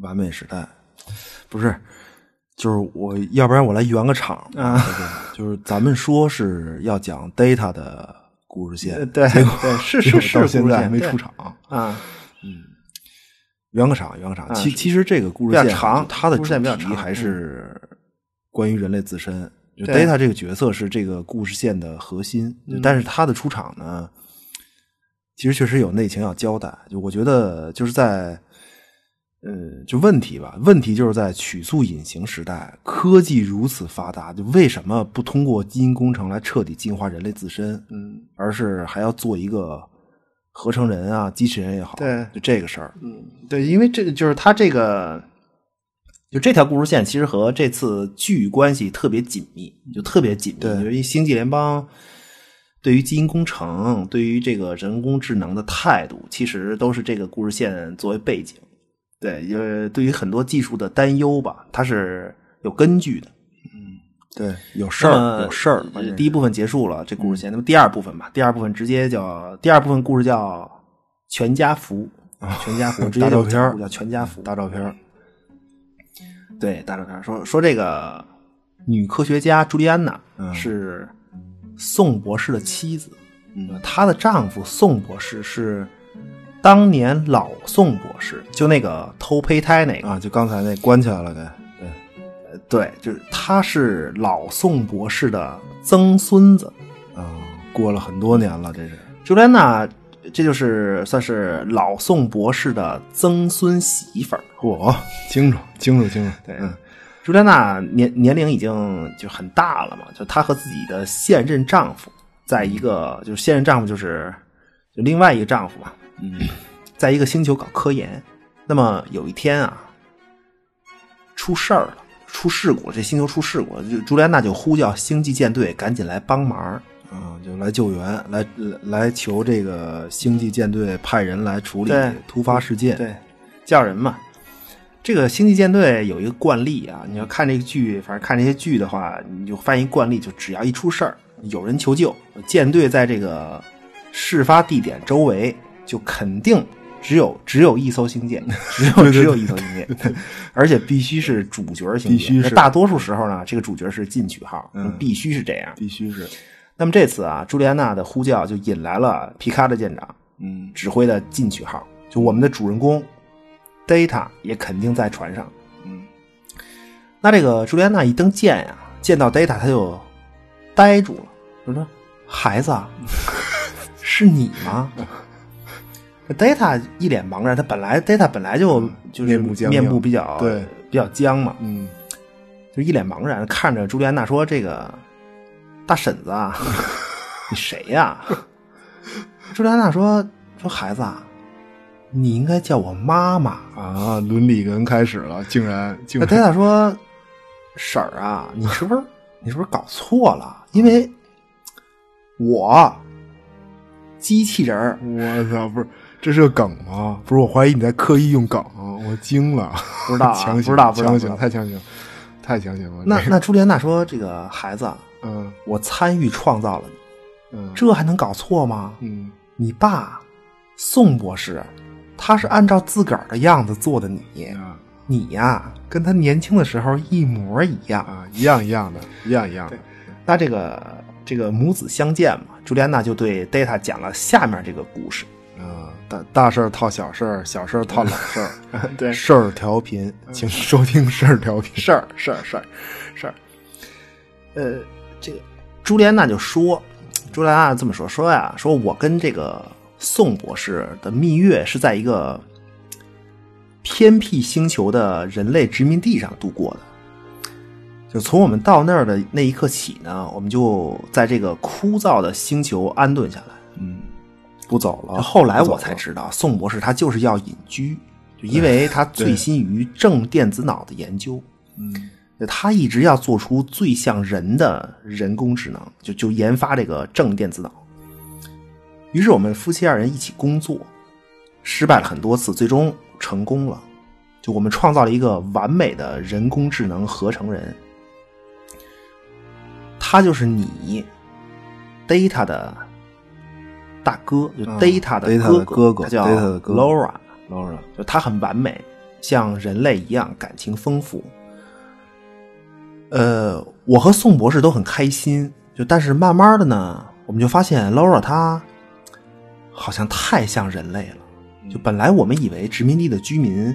完美时代，不是，就是我，要不然我来圆个场啊，对就是咱们说是要讲 Data 的故事呃线，对结果对是结果是是到现故事在线还没对出场，啊，嗯圆个场，圆个场。其嗯是其实这个故事比较线啊长它的故主事线比较题长还嗯是关于人类自身。就对 Data 这个角色是这个故事线的核心，嗯但是他的出场呢，其实确实有内情要交代。就我觉得就是在，呃，就问题吧，问题就是在曲速隐形时代，科技如此发达，就为什么不通过基因工程来彻底进化人类自身？嗯而是还要做一个合成人啊，机器人也好，对就这个事儿，嗯，对，因为这个就是他这个就这条故事线其实和这次剧关系特别紧密，就特别紧密。对因为星际联邦对于基因工程、对于这个人工智能的态度，其实都是这个故事线作为背景。对，就是对于很多技术的担忧吧，它是有根据的。对，有事儿那有事儿，呃反正第一部分结束了，这嗯故事线。那么第二部分吧，第二部分直接叫第二部分故事叫全 家福，全家福直接大照就片儿叫全家福。大照片儿，对，大照片儿说说这个女科学家朱莉安娜嗯是宋博士的妻子，呃她的丈夫宋博士是当年老宋博士，就那个偷胚胎那个。啊，就刚才那关起来了，给对，对，就是他是老宋博士的曾孙子。啊，过了很多年了，这是朱莲娜，这就是算是老宋博士的曾孙媳妇儿。我清楚清楚清楚，对嗯，朱莲娜年年龄已经就很大了嘛，就她和自己的现任丈夫，在一个就是现任丈夫就是就另外一个丈夫吧，嗯，在一个星球搞科研。那么有一天啊，出事儿了，出事故了，这星球出事故了，就朱莲娜就呼叫星际舰队赶紧来帮忙。啊，就来救援，来来来求这个星际舰队派人来处理对突发事件，对，叫人嘛。这个星际舰队有一个惯例啊，你要看这个剧，反正看这些剧的话，你就发现一惯例，就只要一出事儿，有人求救，舰队在这个事发地点周围，就肯定只有只有一艘星舰， 只有只有一艘星舰， 而且必须是主角星舰。必须是嗯大多数时候呢，这个主角是进取号，必须是这样。必须是，那么这次啊，朱莉安娜的呼叫就引来了皮卡的舰长，嗯指挥的进取号，就我们的主人公 Data 也肯定在船上。嗯，那这个朱莉安娜一登舰呀、见到 Data 她就呆住了，就说：“孩子，啊， 是你吗？”那 Data 一脸茫然，他本来 Data 本来就就是面目僵硬面部比较对比较僵嘛，嗯，就一脸茫然看着朱莉安娜说：“这个大婶子啊，你谁呀、 朱莉安娜说：“说孩子啊，你应该叫我妈妈。啊，伦理跟开始了，竟然”竟那然戴塔说：“婶儿啊，你是不是你是不是搞错了？因为我机器人儿我操，不是这是个梗吗？不是，我怀疑你在刻意用梗，我惊了，不知道啊 强行，不知道不知道强不知道行，太强行，太强行了。 那这那朱莉安娜说：‘这个孩子，啊，嗯我参与创造了你，嗯这还能搞错吗？’嗯你爸宋博士，他是按照自个儿的样子做的你，啊你呀、跟他年轻的时候一模一样。啊，一样一样的，一样一样的。那这个这个母子相见嘛，朱莉安娜就对 Data 讲了下面这个故事。啊，大大事儿套小事儿，小事儿套老事儿， 对嗯事儿调频，请收听事儿调频。事儿事儿事儿事儿，呃，这个朱莉安娜就说，朱莉安娜这么说说呀，说我跟这个宋博士的蜜月是在一个偏僻星球的人类殖民地上度过的。就从我们到那儿的那一刻起呢，我们就在这个枯燥的星球安顿下来。嗯，不走这了。后来不走我了才知道，宋博士他就是要隐居，就因为他醉心于正电子脑的研究。嗯就他一直要做出最像人的人工智能，就就研发这个正电子脑。于是我们夫妻二人一起工作，失败了很多次，最终成功了。就我们创造了一个完美的人工智能合成人，他就是你，Data 的大哥，就嗯 Data 的 Data 的哥哥哥他叫 Data 的哥哥 Laura， ，Laura，就他很完美，像人类一样感情丰富。呃，我和宋博士都很开心，就但是慢慢的呢，我们就发现 Laura 她好像太像人类了。就本来我们以为殖民地的居民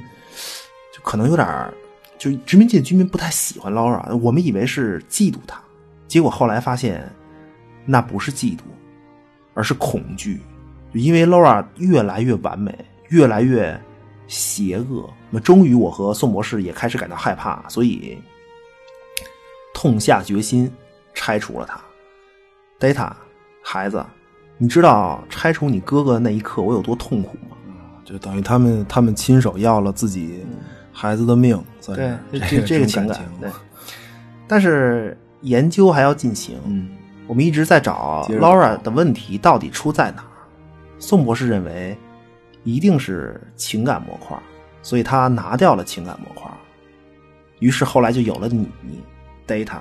就可能有点儿，就殖民地的居民不太喜欢 Laura，我们以为是嫉妒她，结果后来发现那不是嫉妒，而是恐惧，就因为 Laura 越来越完美，越来越邪恶。那终于，我和宋博士也开始感到害怕，所以。痛下决心拆除了他。d a t a 孩子，你知道拆除你哥哥那一刻我有多痛苦吗？就等于他们他们亲手要了自己孩子的命，算是嗯对，这嗯这这个种情感感对。但是研究还要进行，嗯，我们一直在找接着 Laura 的问题到底出在哪儿。宋博士认为，一定是情感模块，所以他拿掉了情感模块，于是后来就有了你 Data。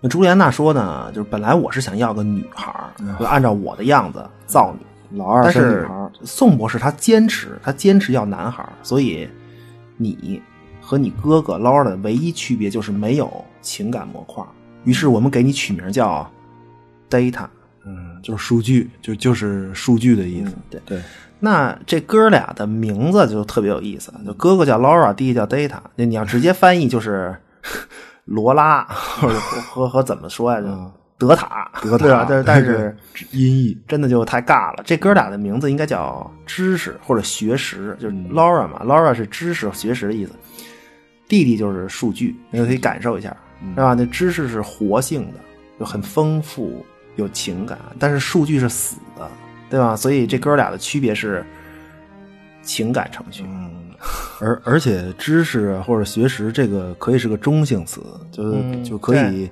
那朱莲娜说呢，就是本来我是想要个女孩儿，就按照我的样子造你，老二但是女是孩儿，宋博士他坚持，他坚持要男孩儿，所以你和你哥哥 Laura 的唯一区别就是没有情感模块。于是我们给你取名叫 Data。嗯，就是数据，就就是数据的意思，嗯对对，那这哥俩的名字就特别有意思，就哥哥叫 Laura，弟弟叫 Data。那你要直接翻译就是罗拉， 或者和和怎么说呀？就德塔，嗯德塔对吧？啊但是但是音译真的就太尬了。这哥俩的名字应该叫知识或者学识，就是 Laura 嘛、l a u r a 是知识、学识的意思。弟弟就是数据，你可以感受一下，嗯对吧？那知识是活性的，就很丰富，有情感，但是数据是死的，对吧？所以这哥俩的区别是情感程序。嗯而而且知识啊或者学识，这个可以是个中性词，就是、嗯就可以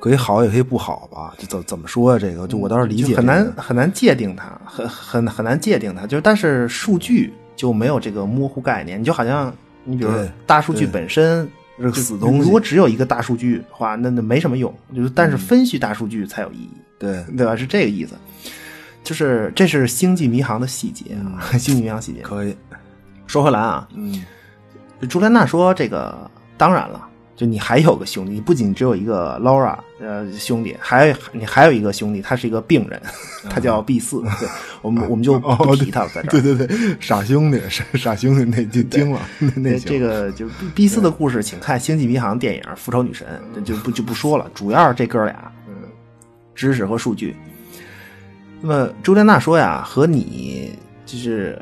可以好也可以不好吧？就怎怎么说啊？这个就我倒是理解、嗯就很难，很难界定它，很很很难界定它。就是但是数据就没有这个模糊概念，你就好像你比如说对大数据对本身这个就死东西嗯如果只有一个大数据的话，那那没什么用。就是但是分析大数据才有意义，对，对吧？是这个意思。就是这是星际迷航的细节啊， 星际迷航细节。嗯可以，说回来啊，嗯，朱莲娜说：“这个当然了，就你还有个兄弟，你不仅只有一个 Laura 呃兄弟，还你还有一个兄弟，他是一个病人，他叫 B 四、对，我们我们就不提他了，在这 儿。对对对，傻兄弟， 傻傻兄弟那就惊了，那 那这行这个就 B 四的故事，请看《星际迷航》电影《复仇女神》，就不就不说了。主要是这哥俩，嗯知识和数据。那么朱莲娜说呀，和你就是，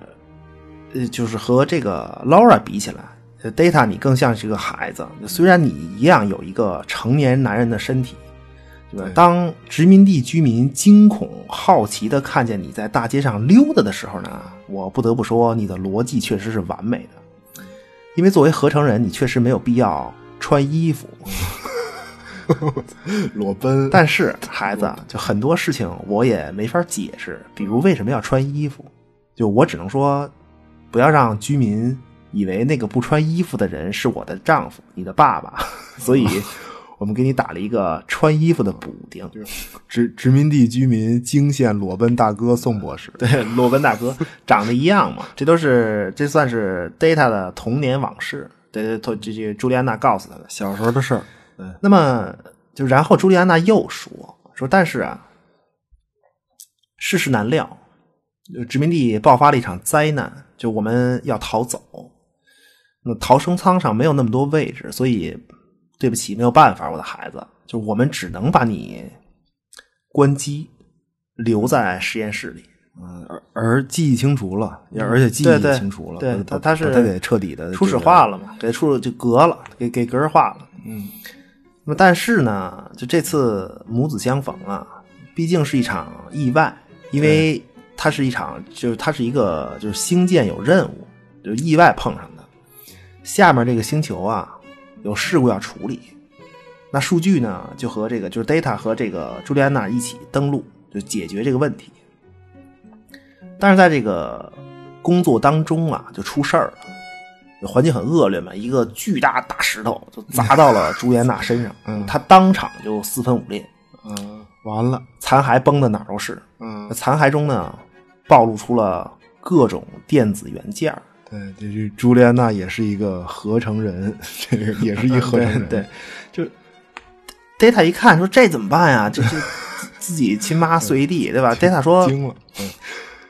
呃，就是和这个 Laura 比起来呃，Data 你更像是个孩子。虽然你一样有一个成年男人的身体，对吧？当殖民地居民惊恐好奇的看见你在大街上溜达的时候呢，我不得不说，你的逻辑确实是完美的。因为作为合成人，你确实没有必要穿衣服。裸奔，但是孩子啊，就很多事情我也没法解释，比如为什么要穿衣服，就我只能说，不要让居民以为那个不穿衣服的人是我的丈夫，你的爸爸， 所以我们给你打了一个穿衣服的补丁。殖殖民地居民惊现裸奔大哥宋博士，对，裸奔大哥长得一样嘛，这都是这算是 Data 的童年往事。对对，对这这朱莉安娜告诉他的。小时候的事儿，那么就然后朱莉安娜又说说，但是啊，世事难料，呃殖民地爆发了一场灾难，就我们要逃走。那逃生舱上没有那么多位置，所以对不起，没有办法，我的孩子，就我们只能把你关机，留在实验室里。嗯，而而记忆清除了，也而且记忆嗯对对也清除了，对他他他是他得彻底的初始化了嘛，给初就隔了，给给格儿化了。嗯，那么但是呢，就这次母子相逢啊，毕竟是一场意外，因为它是一场就是它是一个就是星舰有任务，就意外碰上的。下面这个星球啊有事故要处理，那数据呢就和这个就是 Data 和这个朱莉安娜一起登陆，就解决这个问题。但是在这个工作当中啊，就出事儿了。环境很恶劣嘛，一个巨大大石头就砸到了朱莲娜身上，嗯她当场就四分五裂，嗯，完了，残骸崩的哪儿都是。嗯那残骸中呢，暴露出了各种电子元件儿，对，这是朱莉安娜也是一个合成人， 这个也是一合成人。对，就 Data 一看说这怎么办呀？这这自己亲妈随地对吧？Data 说惊了，嗯，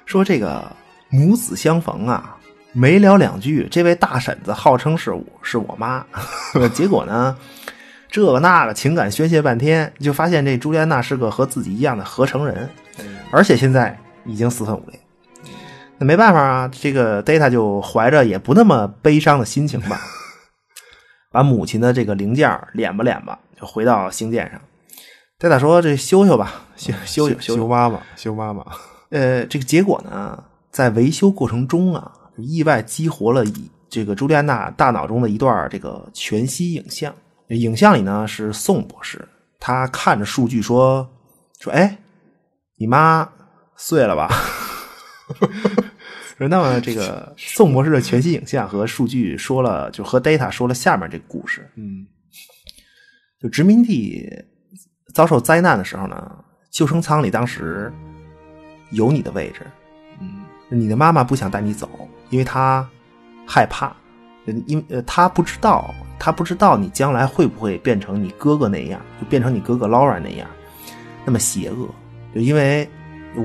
说这个母子相逢啊，没聊两句，这位大婶子号称是我是我妈， 结果呢，这个那个情感宣泄半天，就发现这朱莉安娜是个和自己一样的合成人，嗯而且现在已经四分五裂。那没办法啊，这个 Data 就怀着也不那么悲伤的心情 吧，把母亲的这个零件儿敛吧敛吧，就回到星舰上。Data 说：“这修修吧，修修修修妈妈，修妈妈，呃，这个结果呢，在维修过程中啊，意外激活了以这个朱莉安娜大脑中的一段这个全息影像。影像里呢是宋博士，他看着数据说说：“哎，你妈碎了吧？” 那么这个宋博士的全息影像和数据说了，就和 Data 说了下面这个故事。嗯，就殖民地遭受灾难的时候呢，救生舱里当时有你的位置，嗯，你的妈妈不想带你走，因为她害怕，呃因呃她不知道，她不知道你将来会不会变成你哥哥那样，就变成你哥哥 Laura 那样，那么邪恶，就因为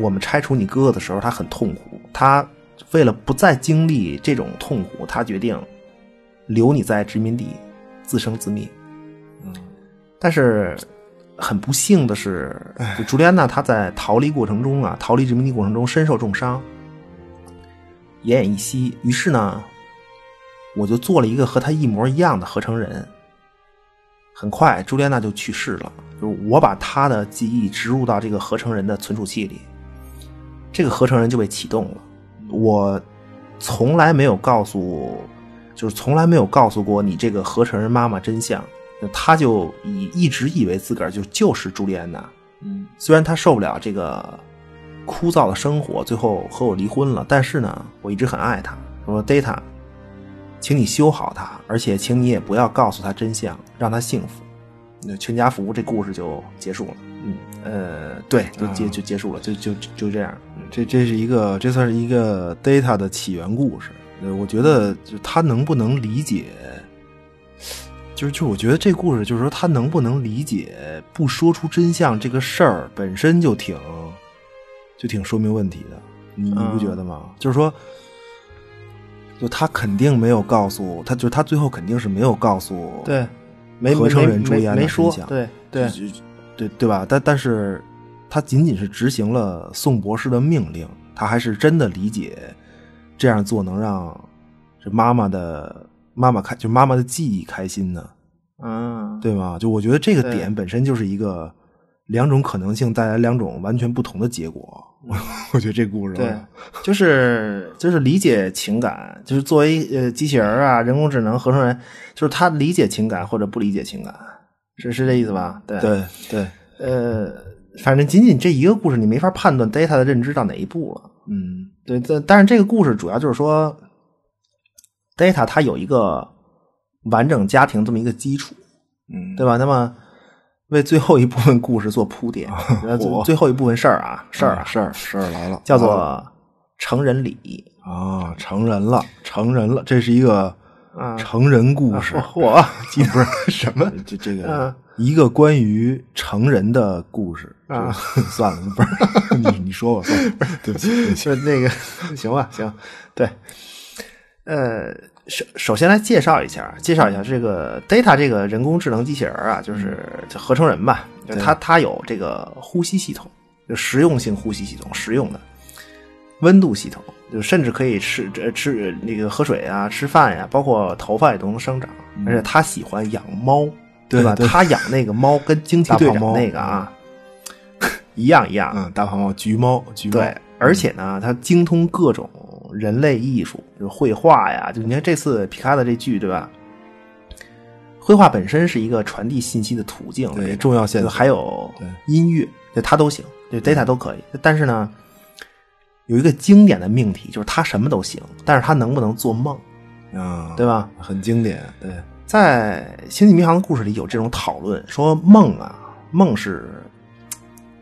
我们拆除你哥哥的时候，他很痛苦，他为了不再经历这种痛苦，他决定留你在殖民地自生自灭。但是很不幸的是，就朱莉安娜她在逃离过程中啊，逃离殖民地过程中身受重伤，奄奄一息。于是呢，我就做了一个和她一模一样的合成人。很快，朱莉安娜就去世了。就是我把她的记忆植入到这个合成人的存储器里，这个合成人就被启动了。我从来没有告诉，就是从来没有告诉过你这个合成人妈妈真相。就她就以一直以为自个儿就就是朱莉安娜，嗯，虽然她受不了这个枯燥的生活，最后和我离婚了，但是呢，我一直很爱她。说 Data，请你修好她，而且请你也不要告诉她真相，让她幸福。那全家福这故事就结束了。嗯，呃，对，就结就结束了，就就就就这样。嗯。这这是一个，这算是一个 data 的起源故事。呃我觉得，就他能不能理解，就是就我觉得这故事，就是说他能不能理解不说出真相这个事儿本身就挺，就挺说明问题的，你你不嗯觉得吗？就是说，就他肯定没有告诉他，就是他最后肯定是没有告诉对，没合成人朱莉安娜没说真相，对对就就对对吧？但但是，他仅仅是执行了宋博士的命令，他还是真的理解这样做能让这妈妈的妈妈开，就妈妈的记忆开心呢，嗯，对吗？就我觉得这个对点本身就是一个两种可能性带来两种完全不同的结果。我 我觉得这故事对，就是就是理解情感，就是作为呃机器人儿啊、人工智能、合成人，就是他理解情感或者不理解情感，是是这意思吧？对对对，呃，反正仅仅这一个故事，你没法判断 Data 的认知到哪一步了。嗯对，但但是这个故事主要就是说，Data 它有一个完整家庭这么一个基础，嗯，对吧？那么为最后一部分故事做铺垫，然后最最后一部分事儿啊，事儿啊，事儿事儿来了，叫做成人礼。啊，成人了，成人了，这是一个啊成人故事，嚯， 记不 是什么，这这个嗯一个关于成人的故事啊，就 算了，不是你你说我算了，对不起 对不起，就那个行吧，行，对，呃，首首先来介绍一下，介绍一下这个 Data 这个人工智能机器人啊，就是嗯就合成人吧，就它它有这个呼吸系统，就实用性呼吸系统，实用的温度系统，就甚至可以吃呃吃那个喝水啊、吃饭呀、包括头发也都能生长，而且它喜欢养猫，嗯对吧？对它养那个猫跟惊奇大队胖长猫那个啊 一样啊一样，嗯，大胖猫，橘猫，橘猫，对，而且呢，他精通各种人类艺术，就是绘画呀。就你看这次皮卡的这剧，对吧？绘画本身是一个传递信息的途径，对重要线就索还有对音乐，对他都行，对 data 都可以。但是呢，有一个经典的命题就是他什么都行，但是他能不能做梦，啊，对吧？很经典，对，在《星际迷航》的故事里有这种讨论，说梦啊，梦是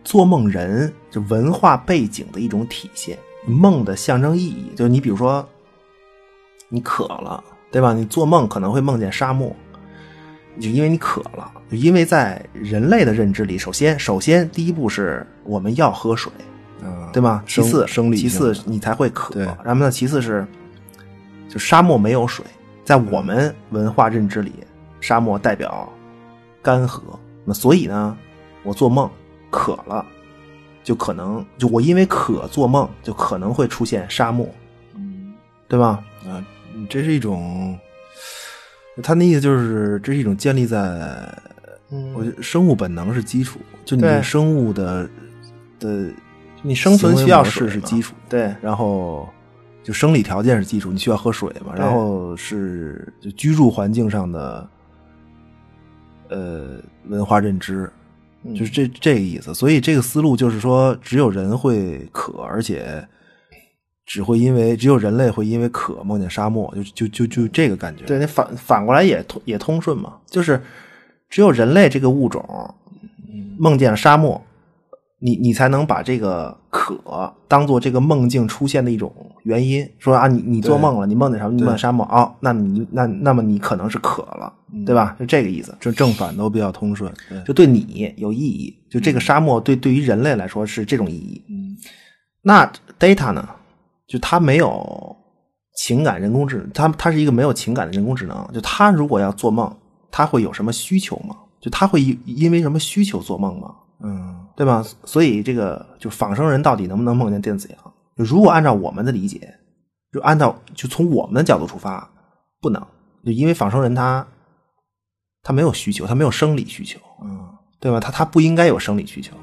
做梦人就文化背景的一种体现，梦的象征意义。就是你比如说，你渴了，对吧？你做梦可能会梦见沙漠，就因为你渴了，就因为在人类的认知里，首先首先第一步是我们要喝水，嗯，对吗？其生次，生理其性的次你才会渴对。然后呢，其次是就沙漠没有水，在我们文化认知里，沙漠代表干涸。那所以呢，我做梦渴了，就可能就我因为渴做梦，就可能会出现沙漠，对吧？啊，嗯这是一种，他那意思就是这是一种建立在，嗯我觉得生物本能是基础，就你的对生物的的，你生存需要水行为模式是嘛基础对然后就生理条件是基础，你需要喝水嘛，对然后是就居住环境上的，呃，文化认知，嗯就是这这个意思。所以这个思路就是说，只有人会渴，而且只会因为只有人类会因为渴梦见沙漠，就就就就这个感觉。对，那反反过来也通也通顺嘛，就是只有人类这个物种梦见了沙漠，你你才能把这个渴当做这个梦境出现的一种原因，说啊，你你做对梦了，你梦见什么？你梦见沙漠啊、那你那那么你可能是渴了，对吧？就这个意思，嗯就正反都比较通顺。对嗯就对你有意义。就这个沙漠对对于人类来说是这种意义。那 data 呢？就它没有情感人工智能，它它是一个没有情感的人工智能。就它如果要做梦，它会有什么需求吗？就它会因因为什么需求做梦吗？嗯，对吧？所以这个就仿生人到底能不能梦见电子羊？就如果按照我们的理解，就按照就从我们的角度出发，不能，就因为仿生人他他没有需求，他没有生理需求，嗯，对吧？他他不应该有生理需求，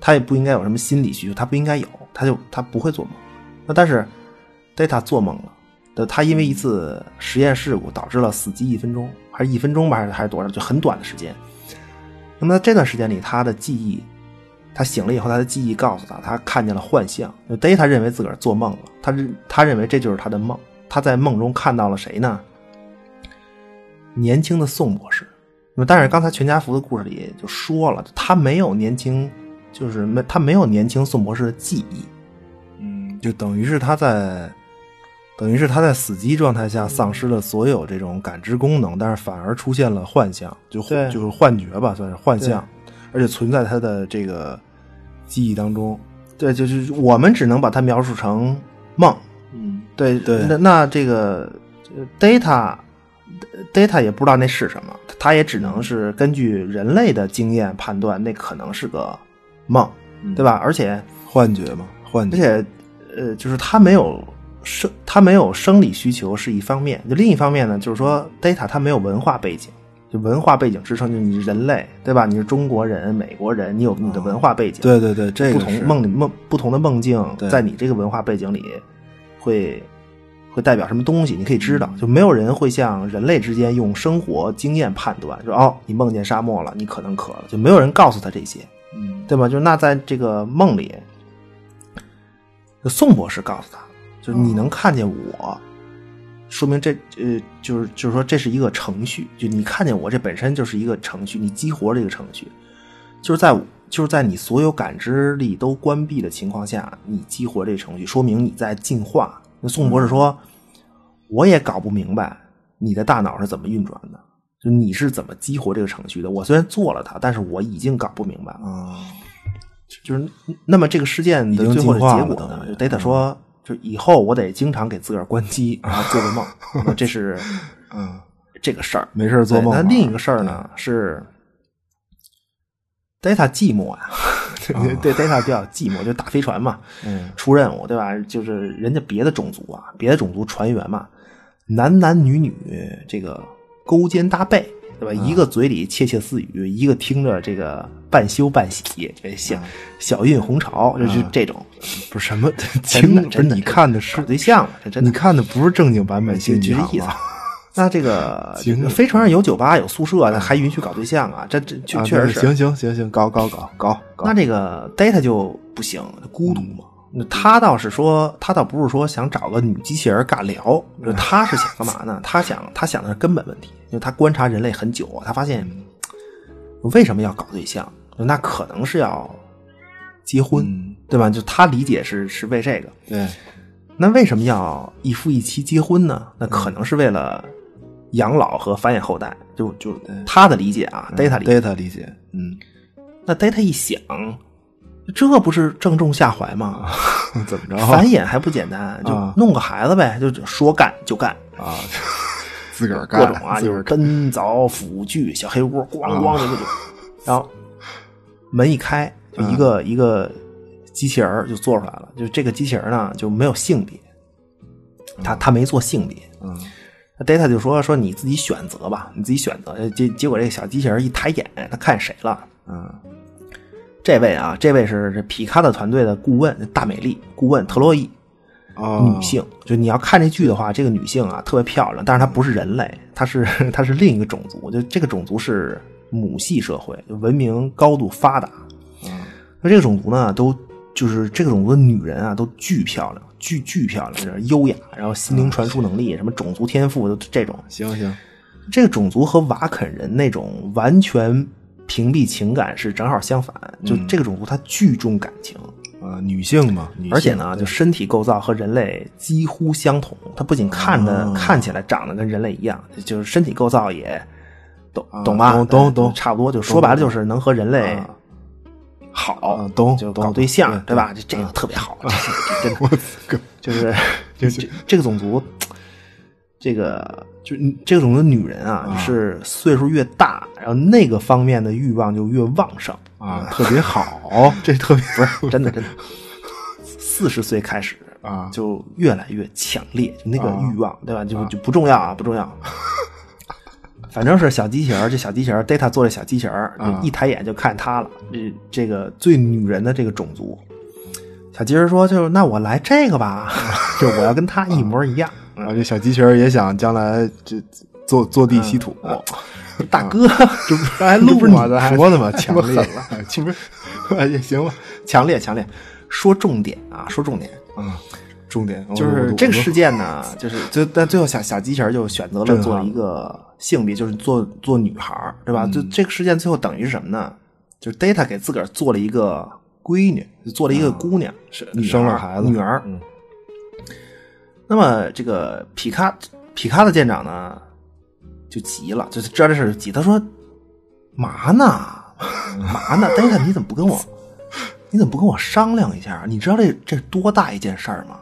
他也不应该有什么心理需求，他不应该有，他就他不会做梦。那但是 Data 做梦了，对他因为一次实验事故导致了死机一分钟，还是一分钟吧，还是还是多少？就很短的时间。那么在这段时间里，他的记忆，他醒了以后，他的记忆告诉他，他看见了幻象。就 Data 认为自个儿做梦了，他认他认为这就是他的梦。他在梦中看到了谁呢？年轻的宋博士。那么，但嗯是刚才全家福的故事里就说了，他没有年轻，就是没他没有年轻宋博士的记忆。嗯，就等于是他在，等于是他在死机状态下丧失了所有这种感知功能，但是反而出现了幻象，就对就是幻觉吧，算是幻象，而且存在他的这个记忆当中。对，就是我们只能把它描述成梦。嗯，对对那那这个呃 data data 也不知道那是什么，它也只能是根据人类的经验判断，那可能是个梦，嗯对吧？而且幻觉嘛，幻而觉。且呃，就是它没有生，它没有生理需求是一方面，就另一方面呢，就是说 data 它没有文化背景。就文化背景支撑，就是你人类，对吧？你是中国人、美国人，你有你的文化背景，对对对，这不个同是梦里梦不同的梦境对，在你这个文化背景里会会代表什么东西，你可以知嗯道。就没有人会像人类之间用生活经验判断，说哦，你梦见沙漠了，你可能渴了，就没有人告诉他这些，嗯对吧？就那在这个梦里，就宋博士告诉他，就是你能看见我。说明这呃，就是就是说，这是一个程序，就你看见我这本身就是一个程序，你激活这个程序，就是在就是在你所有感知力都关闭的情况下，你激活这程序，说明你在进化。那宋博士说，我也搞不明白你的大脑是怎么运转的，就你是怎么激活这个程序的。我虽然做了它，但是我已经搞不明白了。啊，就是那么这个事件的已经最后的进化结了果等呢，于嗯就 Data 说，就以后我得经常给自个儿关机，然后做个梦。那么 这是嗯，这个事儿。没事儿做梦啊嗯对玩儿。那另一个事儿呢是，Data 寂寞啊， 对对，Data 比较寂寞，就打飞船嘛，嗯，出任务对吧？就是人家别的种族啊，别的种族船员嘛，男男女女这个勾肩搭背。对嗯吧？一个嘴里窃窃私语，一个听着这个半羞半喜，这小、小韵红潮，就是这种。嗯不是什么 真情 的不是真的你看的搞是对象了，这真的你看的不是正经版本就性就剧这场意思吧？。那这个行飞船上有酒吧有宿舍，那还允许搞对象啊？这这确啊确实对是。行行行行，搞搞搞搞搞那。这个 Data 就不行，他孤独嘛。那他倒是说，他倒不是说想找个女机器人尬聊，就他是想干嘛呢？他想，他想的是根本问题，因为他观察人类很久，啊他发现为什么要搞对象？那可能是要结婚，嗯对吧？就他理解是是为这个。对，那为什么要一夫一妻结婚呢？那可能是为了养老和繁衍后代，就就他的理解啊对，data 理解。 ，data 理解， 嗯，那 data 一想，这不是正中下怀吗？怎么着繁衍还不简单，就啊弄个孩子呗，就说干就干，啊？ 自个儿干各种啊，自就个是儿干啊奔凿、斧锯、小黑屋，咣咣就 就，然后门一开，就一个、嗯一个机器人儿就做出来了。就这个机器人儿呢，就没有性别，他他没做性别。嗯，那 Data 就说说你自己选择吧，你自己选择。呃结结果这个小机器人儿一抬眼，他看谁了？嗯这位啊，这位是这皮卡的团队的顾问大美丽顾问特洛伊，哦，女性，就你要看这剧的话，这个女性啊特别漂亮，但是她不是人类，她是 她是另一个种族，就这个种族是母系社会，就文明高度发达。嗯那这个种族呢，都就是这个种族的女人啊，都巨漂亮，巨巨漂亮，就是优雅，然后心灵传输能力，什么种族天赋，都这种。行行，这个种族和瓦肯人那种完全屏蔽情感是正好相反，就这个种族它巨重感情，啊，女性嘛，女性而且呢，就身体构造和人类几乎相同。它不仅看着、啊看起来长得跟人类一样，就是身体构造也懂、啊懂吧？懂懂懂差不多。就说白了，就是能和人类啊好，啊，懂就懂搞对象，对 啊吧？这这个特别好，这这真的我操， 就是这这这个种族，这个就这个种族的女人啊，就是岁数越大，然后那个方面的欲望就越旺盛。啊，特别好，这特别 不是真的真的，四十岁开始啊就越来越强烈，就那个啊欲望，对吧？就就不重要啊，不重要。 反正是小机器人儿，这小机器人儿 Data 做这小机器人儿，啊就一抬眼就看他了。这这个最女人的这个种族，小机器人说：“就是那我来这个吧， 就我要跟他一模一样。然后这小机器人也想将来这坐坐地吸土，大哥，啊这不还录不是你我的还说的吗？强烈狠了， 这不是哎也行吧？强烈强烈，说重点啊，说重点。啊，重点哦就是这个事件呢， 就是就但最后小小机器人就选择了震做撼一个性别，就是做做女孩儿，对吧？嗯就这个事件最后等于是什么呢？就是 Data 给自个儿做了一个闺女，就做了一个姑娘，是女啊生了儿孩子女儿。嗯那么这个皮卡皮卡的舰长呢，就急了，就是知道这事儿就急，他说：“嘛呢？ 嘛呢？Data，你怎么不跟我？你怎么不跟我商量一下？啊你知道这这多大一件事儿吗？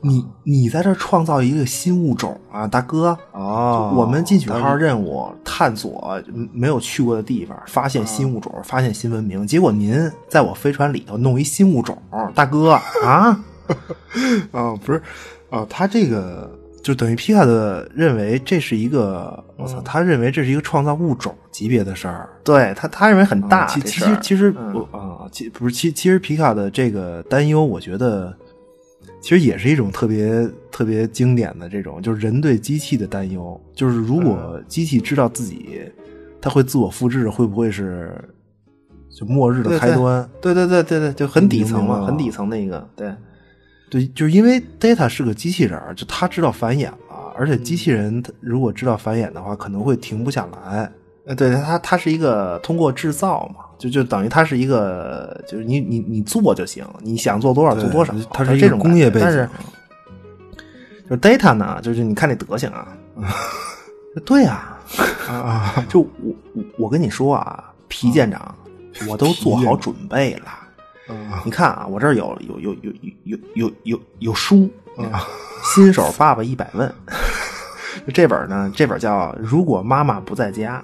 你你在这儿创造一个新物种啊，大哥！哦，我们进取号任务探索嗯没有去过的地方，发现新物种，发现新文明。结果您在我飞船里头弄一新物种，大 哥啊！哦啊，不是啊，他这个就等于皮卡的认为这是一个，我操，他认为这是一个创造物种级别的事儿。哦对他他认为很大，其这其事实儿其实嗯我啊，其不是其其实皮卡的这个担忧，我觉得其实也是一种特别特别经典的这种，就是人对机器的担忧，就是如嗯果机器知道自己，它会自我复制，会不会是就末日的对开对端？对对对对对，就很底层明白嘛，了很底层的一个对。对，就是因为 Data 是个机器人儿，就他知道繁衍了，而且机器人它如果知道繁衍的话，可能会停不下来。呃，对它，它是一个通过制造嘛，就就等于它是一个，就是你你你做就行，你想做多少对做多少，它是是一这个种工感业觉背景啊但是就是 data 呢，就是你看这德行啊， 对啊，啊，就我我我跟你说啊，皮舰长，我都做皮舰好长准备了。啊你看啊，我这儿有有有有有有有有书，嗯啊新手爸爸一百问》 这本呢，这本叫《如果妈妈不在家》。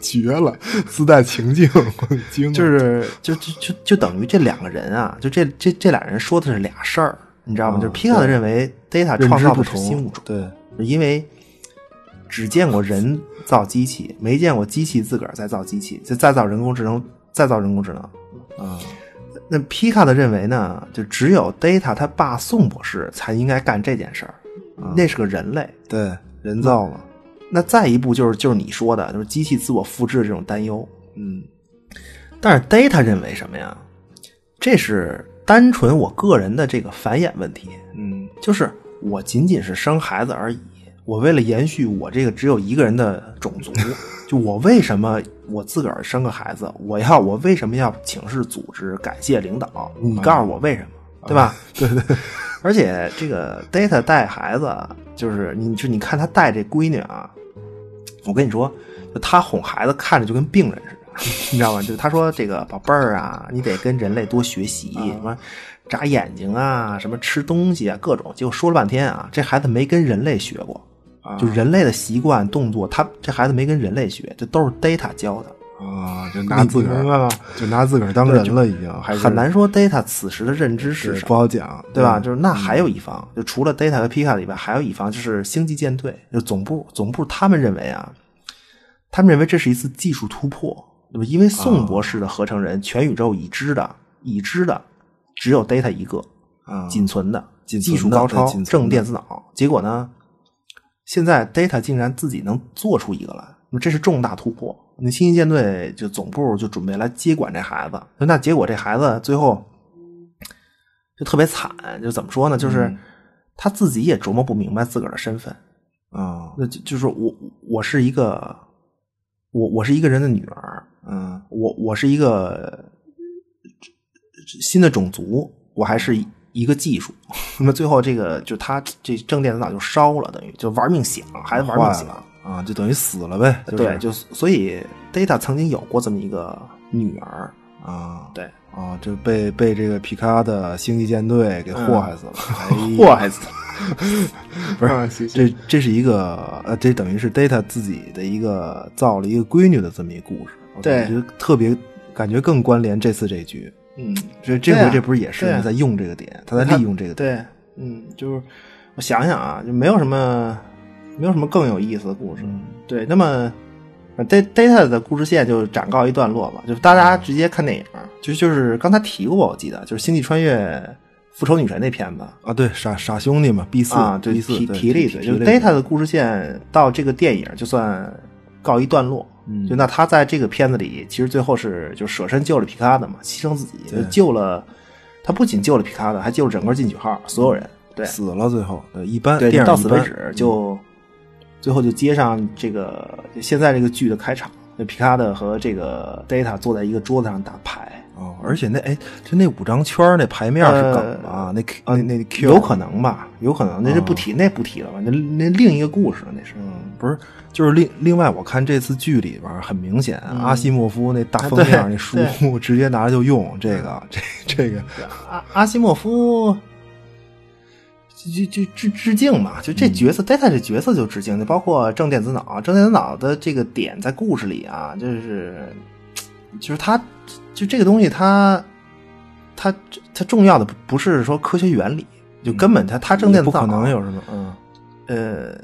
绝了，自带情境，我惊了，就是就就就就等于这两个人啊，就这这这俩人说的是俩事儿，你知道啊吗？就是皮卡的认为 Data 认创知造的不是同，新物种，对，就因为只见过人造机器，没见过机器自个儿再造机器，就再造人工智能，再造人工智能。啊，那皮卡的认为呢，就只有 Data 他爸宋博士才应该干这件事儿，那是个人类。对，人造嘛，那再一步就是就是你说的，就是机器自我复制这种担忧。嗯，但是 Data 认为什么呀？这是单纯我个人的这个繁衍问题，嗯，就是我仅仅是生孩子而已。我为了延续我这个只有一个人的种族， 就我为什么我自个儿生个孩子，我要我啊 为什么要请示组织，感谢领导？你告诉我为什么，对吧？对对，而且这个 Data 带孩子，就是你就你看他带这闺女啊，我跟你说，就他哄孩子看着就跟病人似的。 你知道吗？就是他说这个宝贝儿啊，你得跟人类多学习，嗯什么眨眼睛啊，什么吃东西啊，各种。结果说了半天啊，这孩子没跟人类学过，啊就人类的习惯、动作，他这孩子没跟人类学，这都是 Data 教的。啊，就拿自个你明白儿吗，就拿自个儿当人了，已经还是很难说 Data 此时的认知对是什不么，好讲，对吧？嗯就是那还有一方，就除了 Data 和 Pika 以外，还有一方就是星际舰队，就总部总部他们认为啊，他们认为这是一次技术突破，对吧？因为啊宋博士的合成人，全宇宙已知的已知的只有 Data 一个，啊，仅存的仅技存术的高超对仅存的正电子脑。结果呢，现在 Data 竟然自己能做出一个来，那这是重大突破。那星际舰队就总部就准备来接管这孩子，那结果这孩子最后就特别惨，就怎么说呢？嗯就是他自己也琢磨不明白自个儿的身份，啊，那就就是我我是一个我我是一个人的女儿，嗯我我是一个新的种族，我还是一个技术。 那么最后这个就他这正电子脑就烧了，等于就玩命想，还玩命坏想了。啊，就等于死了呗，就是对，就所以 Data 曾经有过这么一个女儿，啊，对，啊，这被被这个皮卡的星际舰队嗯给祸害死 了，哎呀祸害死了。不是啊行行这这是一个呃，这等于是 Data 自己的一个造了一个闺女的这么一个故事，我对觉得特别感觉更关联这次这局，嗯，这这对回啊这不是也是对啊在用这个点，他在利用这个点，对，嗯，就是我想想啊，就没有什么没有什么更有意思的故事。嗯对，那么。呃 Da- Data 的故事线就展告一段落吧，就大嗯家直接看电影，就就是刚才提过，我记得就是《星际穿越：复仇女神》那片子，啊，对，傻傻兄弟嘛，B 四啊，对， ，B 四提提了一嘴，就是 Data 的故事线到这个电影就算告一段落。嗯就那他在这个片子里，其实最后是就舍身救了皮卡的嘛，牺牲自己，就对救了他，不仅救了皮卡的，还救了整个进取号所有人。对，死了，最后呃一般嗯对，电影到此一般为止就最后就接上这个现在这个剧的开场，就皮卡的和这个 Data 坐在一个桌子上打牌，哦，而且那哎，就那五张圈儿那牌面儿呃是梗吧？那 Q 那那 Q 有可能吧，有可能，那就不提那不提了吧，那那另一个故事了，那是。不是，就是另另外，我看这次剧里边儿很明显，阿西莫夫那大嗯啊封面儿对那书直接拿着就用，这个这这个阿阿西莫夫就就致致敬嘛，就这角色、Data 这角色就致敬，就包括正电子脑，正电子脑的这个点在故事里啊，就是就是它就这个东西它它它重要的不不是说科学原理，就根本它它正电不子脑啊可能有什么嗯呃，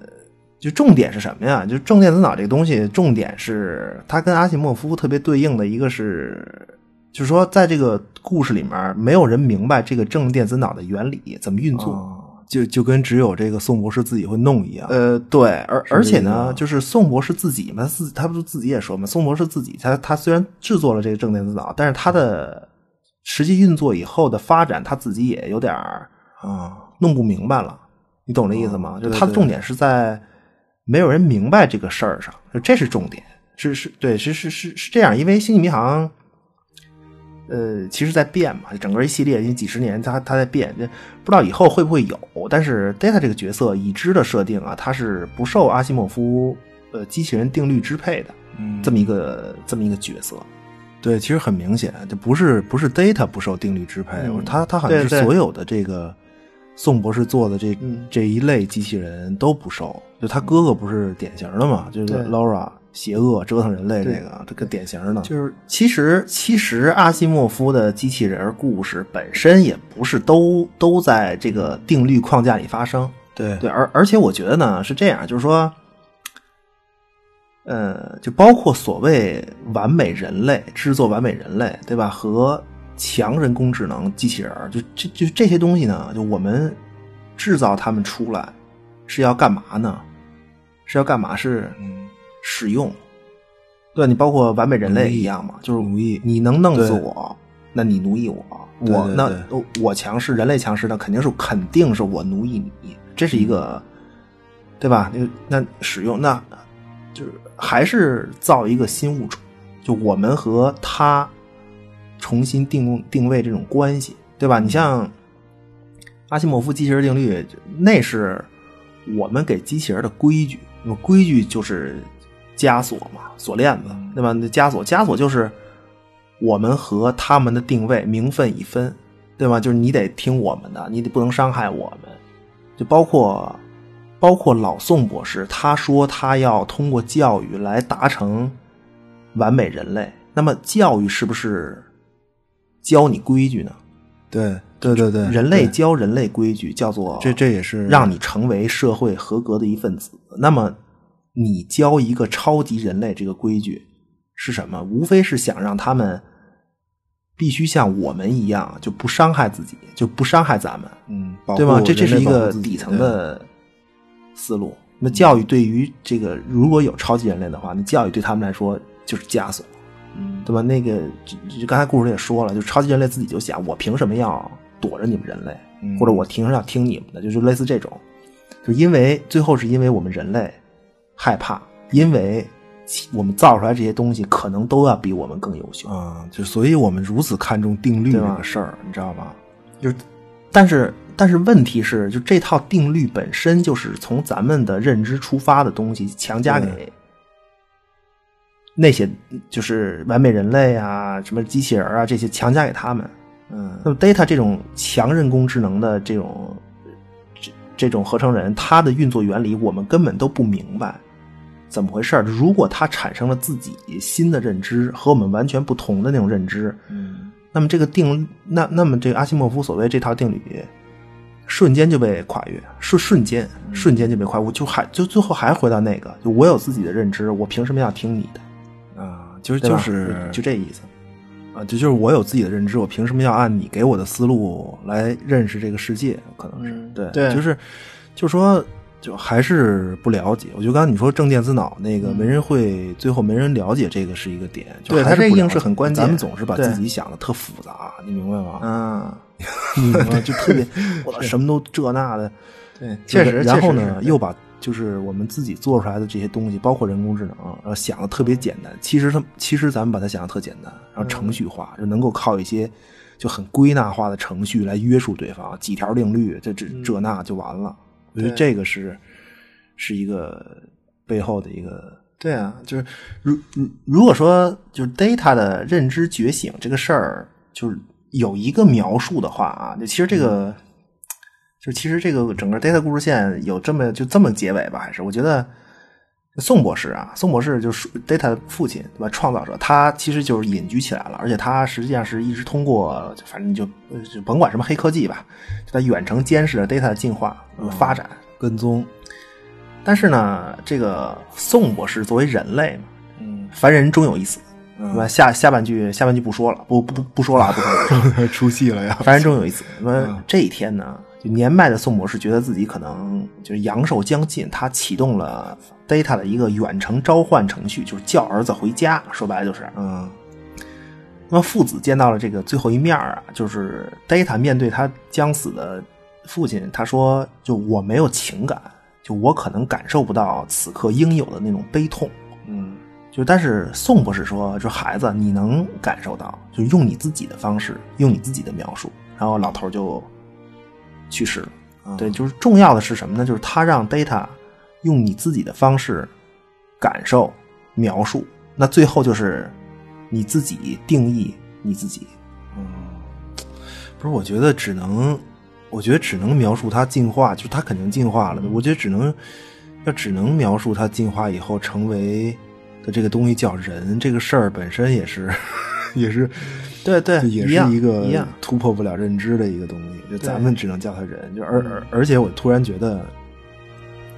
就重点是什么呀？就正电子脑这个东西，重点是它跟阿西莫夫特别对应的一个是，就是说在这个故事里面，没有人明白这个正电子脑的原理怎么运作。哦，就就跟只有这个宋博士自己会弄一样，呃，对，而是而且这啊呢个，就是宋博士自己嘛，他自他不是自己也说嘛，宋博士自己他他虽然制作了这个正电子脑，但是他的实际运作以后的发展，他自己也有点儿啊弄不明白了，你懂这意思吗？哦就对它的对重点是在没有人明白这个事儿上，就这是重点，是是，对，是是是是这样，因为《星际迷航》呃，其实在变嘛，整个一系列，因为几十年它它在变，这不知道以后会不会有。但是 Data 这个角色已知的设定啊，它是不受阿西莫夫呃机器人定律支配的嗯这么一个这么一个角色，对，其实很明显，这不是不是 data 不受定律支配，嗯它它好像是对对所有的这个宋博士做的这、嗯这一类机器人都不受。就他哥哥不是典型的嘛，就是对 Laura 邪恶折腾人类这对个这个典型的，就是其实其实阿西莫夫的机器人故事本身也不是都都在这个定律框架里发生，对对，而而且我觉得呢是这样，就是说，呃，就包括所谓完美人类制作完美人类，对吧？和强人工智能机器人儿，就这就这些东西呢，就我们制造他们出来是要干嘛呢？是要干嘛？是嗯使用，对吧？你包括完美人类一样嘛，就是奴役你能弄死对我，那你奴役我，对我对那对呃我强势，人类强势，那肯定是肯定是我奴役你，这是一嗯个，对吧？那个那使用那就是还是造一个新物种，就我们和他重新定定位这种关系，对吧？你像阿西莫夫机器人定律，那是我们给机器人的规矩。那么规矩就是枷锁嘛，锁链子，嗯对吧？那枷锁，枷锁就是我们和他们的定位名分已分，对吧？就是你得听我们的，你得不能伤害我们。就包括包括老宋博士，他说他要通过教育来达成完美人类。那么教育是不是教你规矩呢？对对对对，人类教人类规矩叫做这这也是让你成为社会合格的一份子。那么你教一个超级人类这个规矩是什么？无非是想让他们必须像我们一样，就不伤害自己，就不伤害咱们，嗯，对吗？这这是一保护个自己底层的思路。那教育对于这个如果有超级人类的话，那教育对他们来说就是枷锁。嗯对吧？那个这这刚才故事里也说了，就是超级人类自己就想，我凭什么要躲着你们人类，嗯或者我凭什么要听你们的？就是类似这种，就因为最后是因为我们人类害怕，因为其我们造出来这些东西可能都要比我们更优秀，啊，就所以我们如此看重定律对这吧个事儿，你知道吧？就是，但是但是问题是，就这套定律本身就是从咱们的认知出发的东西强加给那些就是完美人类啊、什么机器人啊这些强加给他们。嗯那么 Data 这种强人工智能的这种这这种合成人，它的运作原理我们根本都不明白怎么回事儿。如果它产生了自己新的认知和我们完全不同的那种认知，嗯那么这个定，那那么这个阿西莫夫所谓这套定律，瞬间就被跨越，瞬瞬间瞬间就被跨越，我就还就最后还回到那个，就我有自己的认知，我凭什么要听你的？啊，就是对就吧是就这意思。啊，就就是我有自己的认知，我凭什么要按你给我的思路来认识这个世界？可能是、嗯对，对就是就说就还是不了解。我觉得刚才你说政见自脑那个没人会，最后没人了解这个是一个点，就嗯对还是它这不了硬是解很关键咱们总是把对自己想的特复杂，你明白吗？嗯，你 呢就 特别，我操什么都这那的，对，确就是实。然后确实呢，是又把就是我们自己做出来的这些东西，包括人工智能，然后想的特别简单。其实它其实咱们把它想的特简单，然后程序化，就能够靠一些就很归纳化的程序来约束对方，几条定律，这嗯这这那就完了。我觉得对这个是是一个背后的一个对啊，就是如如如果说就是 data 的认知觉醒这个事儿，就是有一个描述的话啊，就其实这个，嗯就其实这个整个 data 故事线有这么就这么结尾吧，还是我觉得宋博士啊，宋博士就是 data 的父亲对吧？创造者，他其实就是隐居起来了，而且他实际上是一直通过，就反正就呃就甭管什么黑科技吧，就他远程监视着 data 的进化、呃发展。跟踪，但是呢，这个宋博士作为人类嘛，嗯，凡人终有一死，嗯对吧？下下半句下半句不说了，不不不不说了啊，不说了。 出戏了呀。凡人终有一死。那么这一天呢，就年迈的宋博士觉得自己可能就是阳寿将近，他启动了 Data 的一个远程召唤程序，就是叫儿子回家。说白了就是，嗯，那么父子见到了这个最后一面儿啊，就是 Data 面对他将死的父亲，他说：“就我没有情感，就我可能感受不到此刻应有的那种悲痛。”嗯，就但是宋博士说，就孩子，你能感受到，就用你自己的方式，用你自己的描述。然后老头就去世了。嗯啊对，就是重要的是什么呢？就是他让 Data 用你自己的方式感受、描述。那最后就是你自己定义你自己。不是，我觉得只能，我觉得只能描述它进化，就是它肯定进化了。我觉得只能要只能描述它进化以后成为的这个东西叫人，这个事儿本身也是 也是对对就也一是样一个一样突破不了认知的一个东西。就对咱们只能叫它人，就而而而且我突然觉得，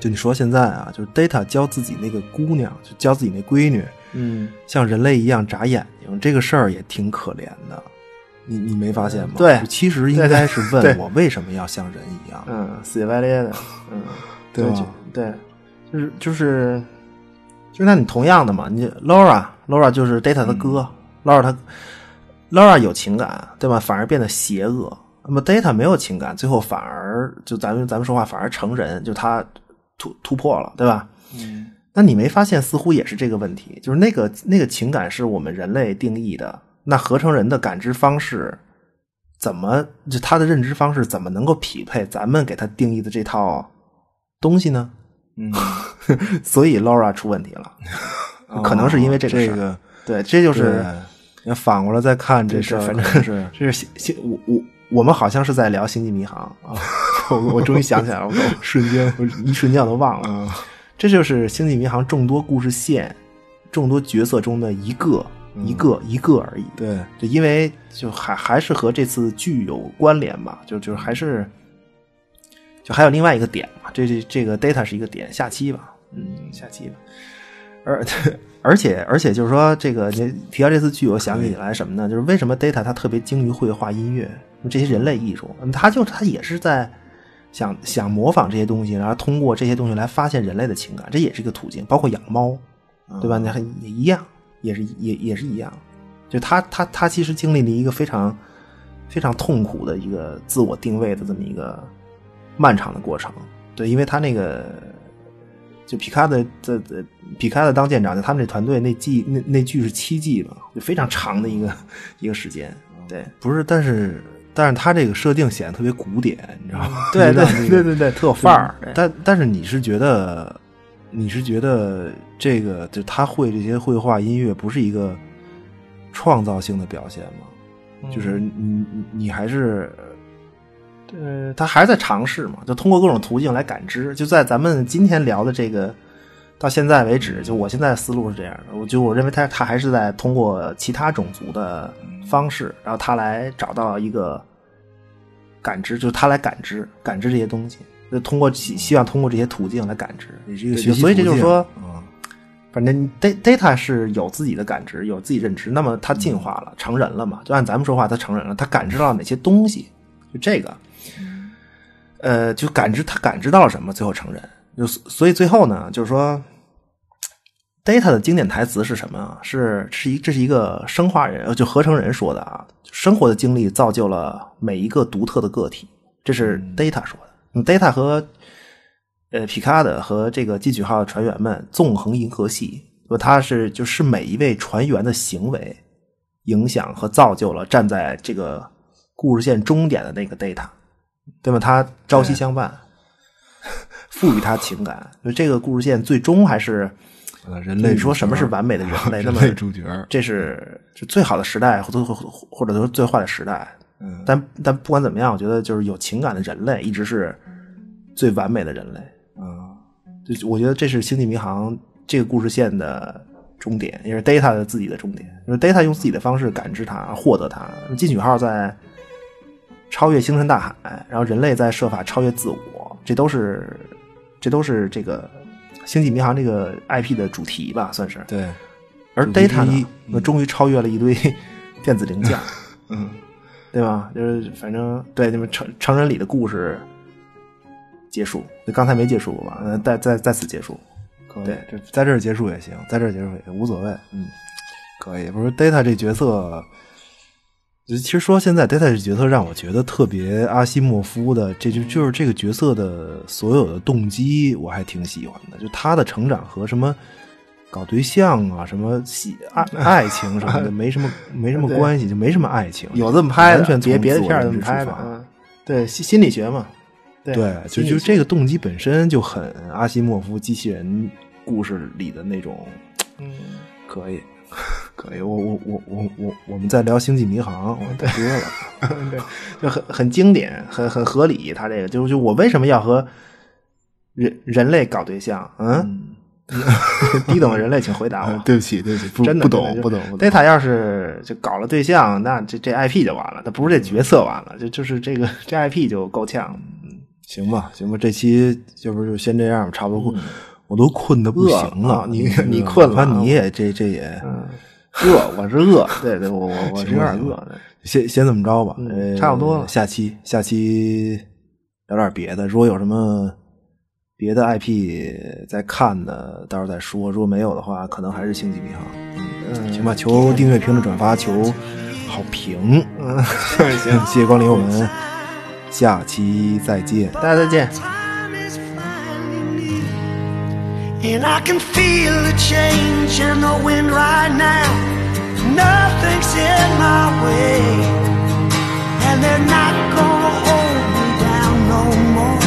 就你说现在啊，就是 Data 教自己那个姑娘，就教自己那闺女，嗯，像人类一样眨眼睛，这个事儿也挺可怜的。你你没发现吗？对就其实应对对该是对问我为什么要像人一样，嗯，死乞白咧的，嗯，对吧就对，就是就是就是，那你同样的嘛，你 Laura Laura 就是 Data 的哥、l a u r a 他 Laura 有情感，对吧？反而变得邪恶。那么 Data 没有情感，最后反而就咱们咱们说话反而成人，就他突突破了，对吧？嗯，那你没发现似乎也是这个问题，就是那个那个情感是我们人类定义的，那合成人的感知方式怎么就他的认知方式怎么能够匹配咱们给他定义的这套东西呢？嗯， 所以 Laura 出问题了，可能是因哦为这个哦这事儿。个对，这就是对要反过来再看这事儿，反 正是这是星星我我我们好像是在聊《星际迷航》啊， 我我终于想起来了，我瞬间我一瞬间我都忘了。啊这就是《星际迷航》众多故事线、众多角色中的一个、一个一个而已。对，就因为就还还是和这次剧有关联嘛，就就是还是就还有另外一个点嘛，这这这个 data 是一个点，下期吧，嗯，下期吧。而 而且而且就是说，这个你提到这次剧，我想起来什么呢？就是为什么 data 他特别精于绘画、音乐这些人类艺术，嗯他就他也是在。想想模仿这些东西，然后通过这些东西来发现人类的情感，这也是一个途径。包括养猫，对吧？嗯你看也一样，也是也也是一样。就他他他其实经历了一个非常非常痛苦的一个自我定位的这么一个漫长的过程。对，因为他那个就皮卡的这这皮卡的当舰长，就他们这团队那季那那剧是七季嘛，就非常长的一个一个时间。对，嗯不是，但是但是他这个设定显得特别古典，你知道吗？嗯对 就对让那个对对对，特有范儿。对但但是你是觉得，你是觉得这个就他会这些绘画、音乐，不是一个创造性的表现吗？就是嗯你你你还是呃，他还是在尝试嘛，就通过各种途径来感知。就在咱们今天聊的这个，到现在为止，就我现在的思路是这样的，我就我认为他他还是在通过其他种族的方式，然后他来找到一个感知，就是他来感知感知这些东西，就通过希希望通过这些途径来感知。你是一个对学习所以这途就是径说，嗯反正 da- data 是有自己的感知，有自己认知，那么他进化了，成人了嘛？就按咱们说话，他成人了，他感知到哪些东西？就这个，呃，就感知他感知到了什么，最后成人。就所以最后呢，就是说，data 的经典台词是什么啊？是是一这是一个生化人，呃就合成人说的啊。生活的经历造就了每一个独特的个体，这是 data 说的。嗯，data 和呃皮卡的和这个进取号的船员们纵横银河系，那么它是就是每一位船员的行为影响和造就了站在这个故事线终点的那个 data，对吗？它朝夕相伴，赋予它情感。就这个故事线最终还是呃人类你说什啊么是主角完美的人 类？那人么类主角，这是这最好的时代，或者或或者说最坏的时代。嗯，但但不管怎么样，我觉得就是有情感的人类一直是最完美的人类。嗯就我觉得这是《星际迷航》这个故事线的终点，也是 Data 的自己的终点。就是 Data 用自己的方式感知它，获得它。进取号在超越星辰大海，然后人类在设法超越自我，这都是这都是这个《星际迷航》这个 IP 的主题吧，算是。对，而主题 Data 之一呢，那终于超越了一堆 电子零件，嗯， 对吧？就是反正对你们成成人礼的故事结束，就刚才没结束过吧？呃在在在此结束。可以对，这在这儿结束也行，在这儿结束也行无所谓，嗯，可以。不是 Data 这角色，就其实说现在 Data 这角色让我觉得特别阿西莫夫的，这就就是这个角色的所有的动机，我还挺喜欢的，就他的成长和什么。搞对象啊，什么喜 爱爱情什么的，没什么没什么关系，就没什么爱情。有这么拍的，完全从别别的自我片儿这认么知拍出的，发嗯，对心心理学嘛，对对，就心理就学这个动机本身就很阿西莫夫机器人故事里的那种，嗯，可以， 可以，我我我我我我们在聊《星际迷航》，我太多了， 对， 就很很经典，很很合理。他这个就就我为什么要和人人类搞对象？嗯， 低等的人类，请回答我。 对不起，对不起，不真的不懂，不懂，不懂， Data 要是就搞了对象，那这这 IP 就完了，那不是这角色完了，就就是这个这 IP 就够呛。行吧，行吧，这期要不就先这样吧，差不多，我都困的不行嗯饿了了啊，你这个你困了我看啊你也这这也，饿，我是饿，对对，我我我是有点行饿吧的。先先这么着吧，嗯呃差不多了下期下期聊点别的，如果有什么别的 IP 在看的，到时候再说。如果没有的话，可能还是星际迷航。嗯，行吧，求订阅、评论、转发，求好评。 嗯，行，谢谢光临，我们下期再见。大家再见。 Time is finding me, and I can feel the change in the wind right now. Nothing's in my way, and they're not gonna hold me down no more.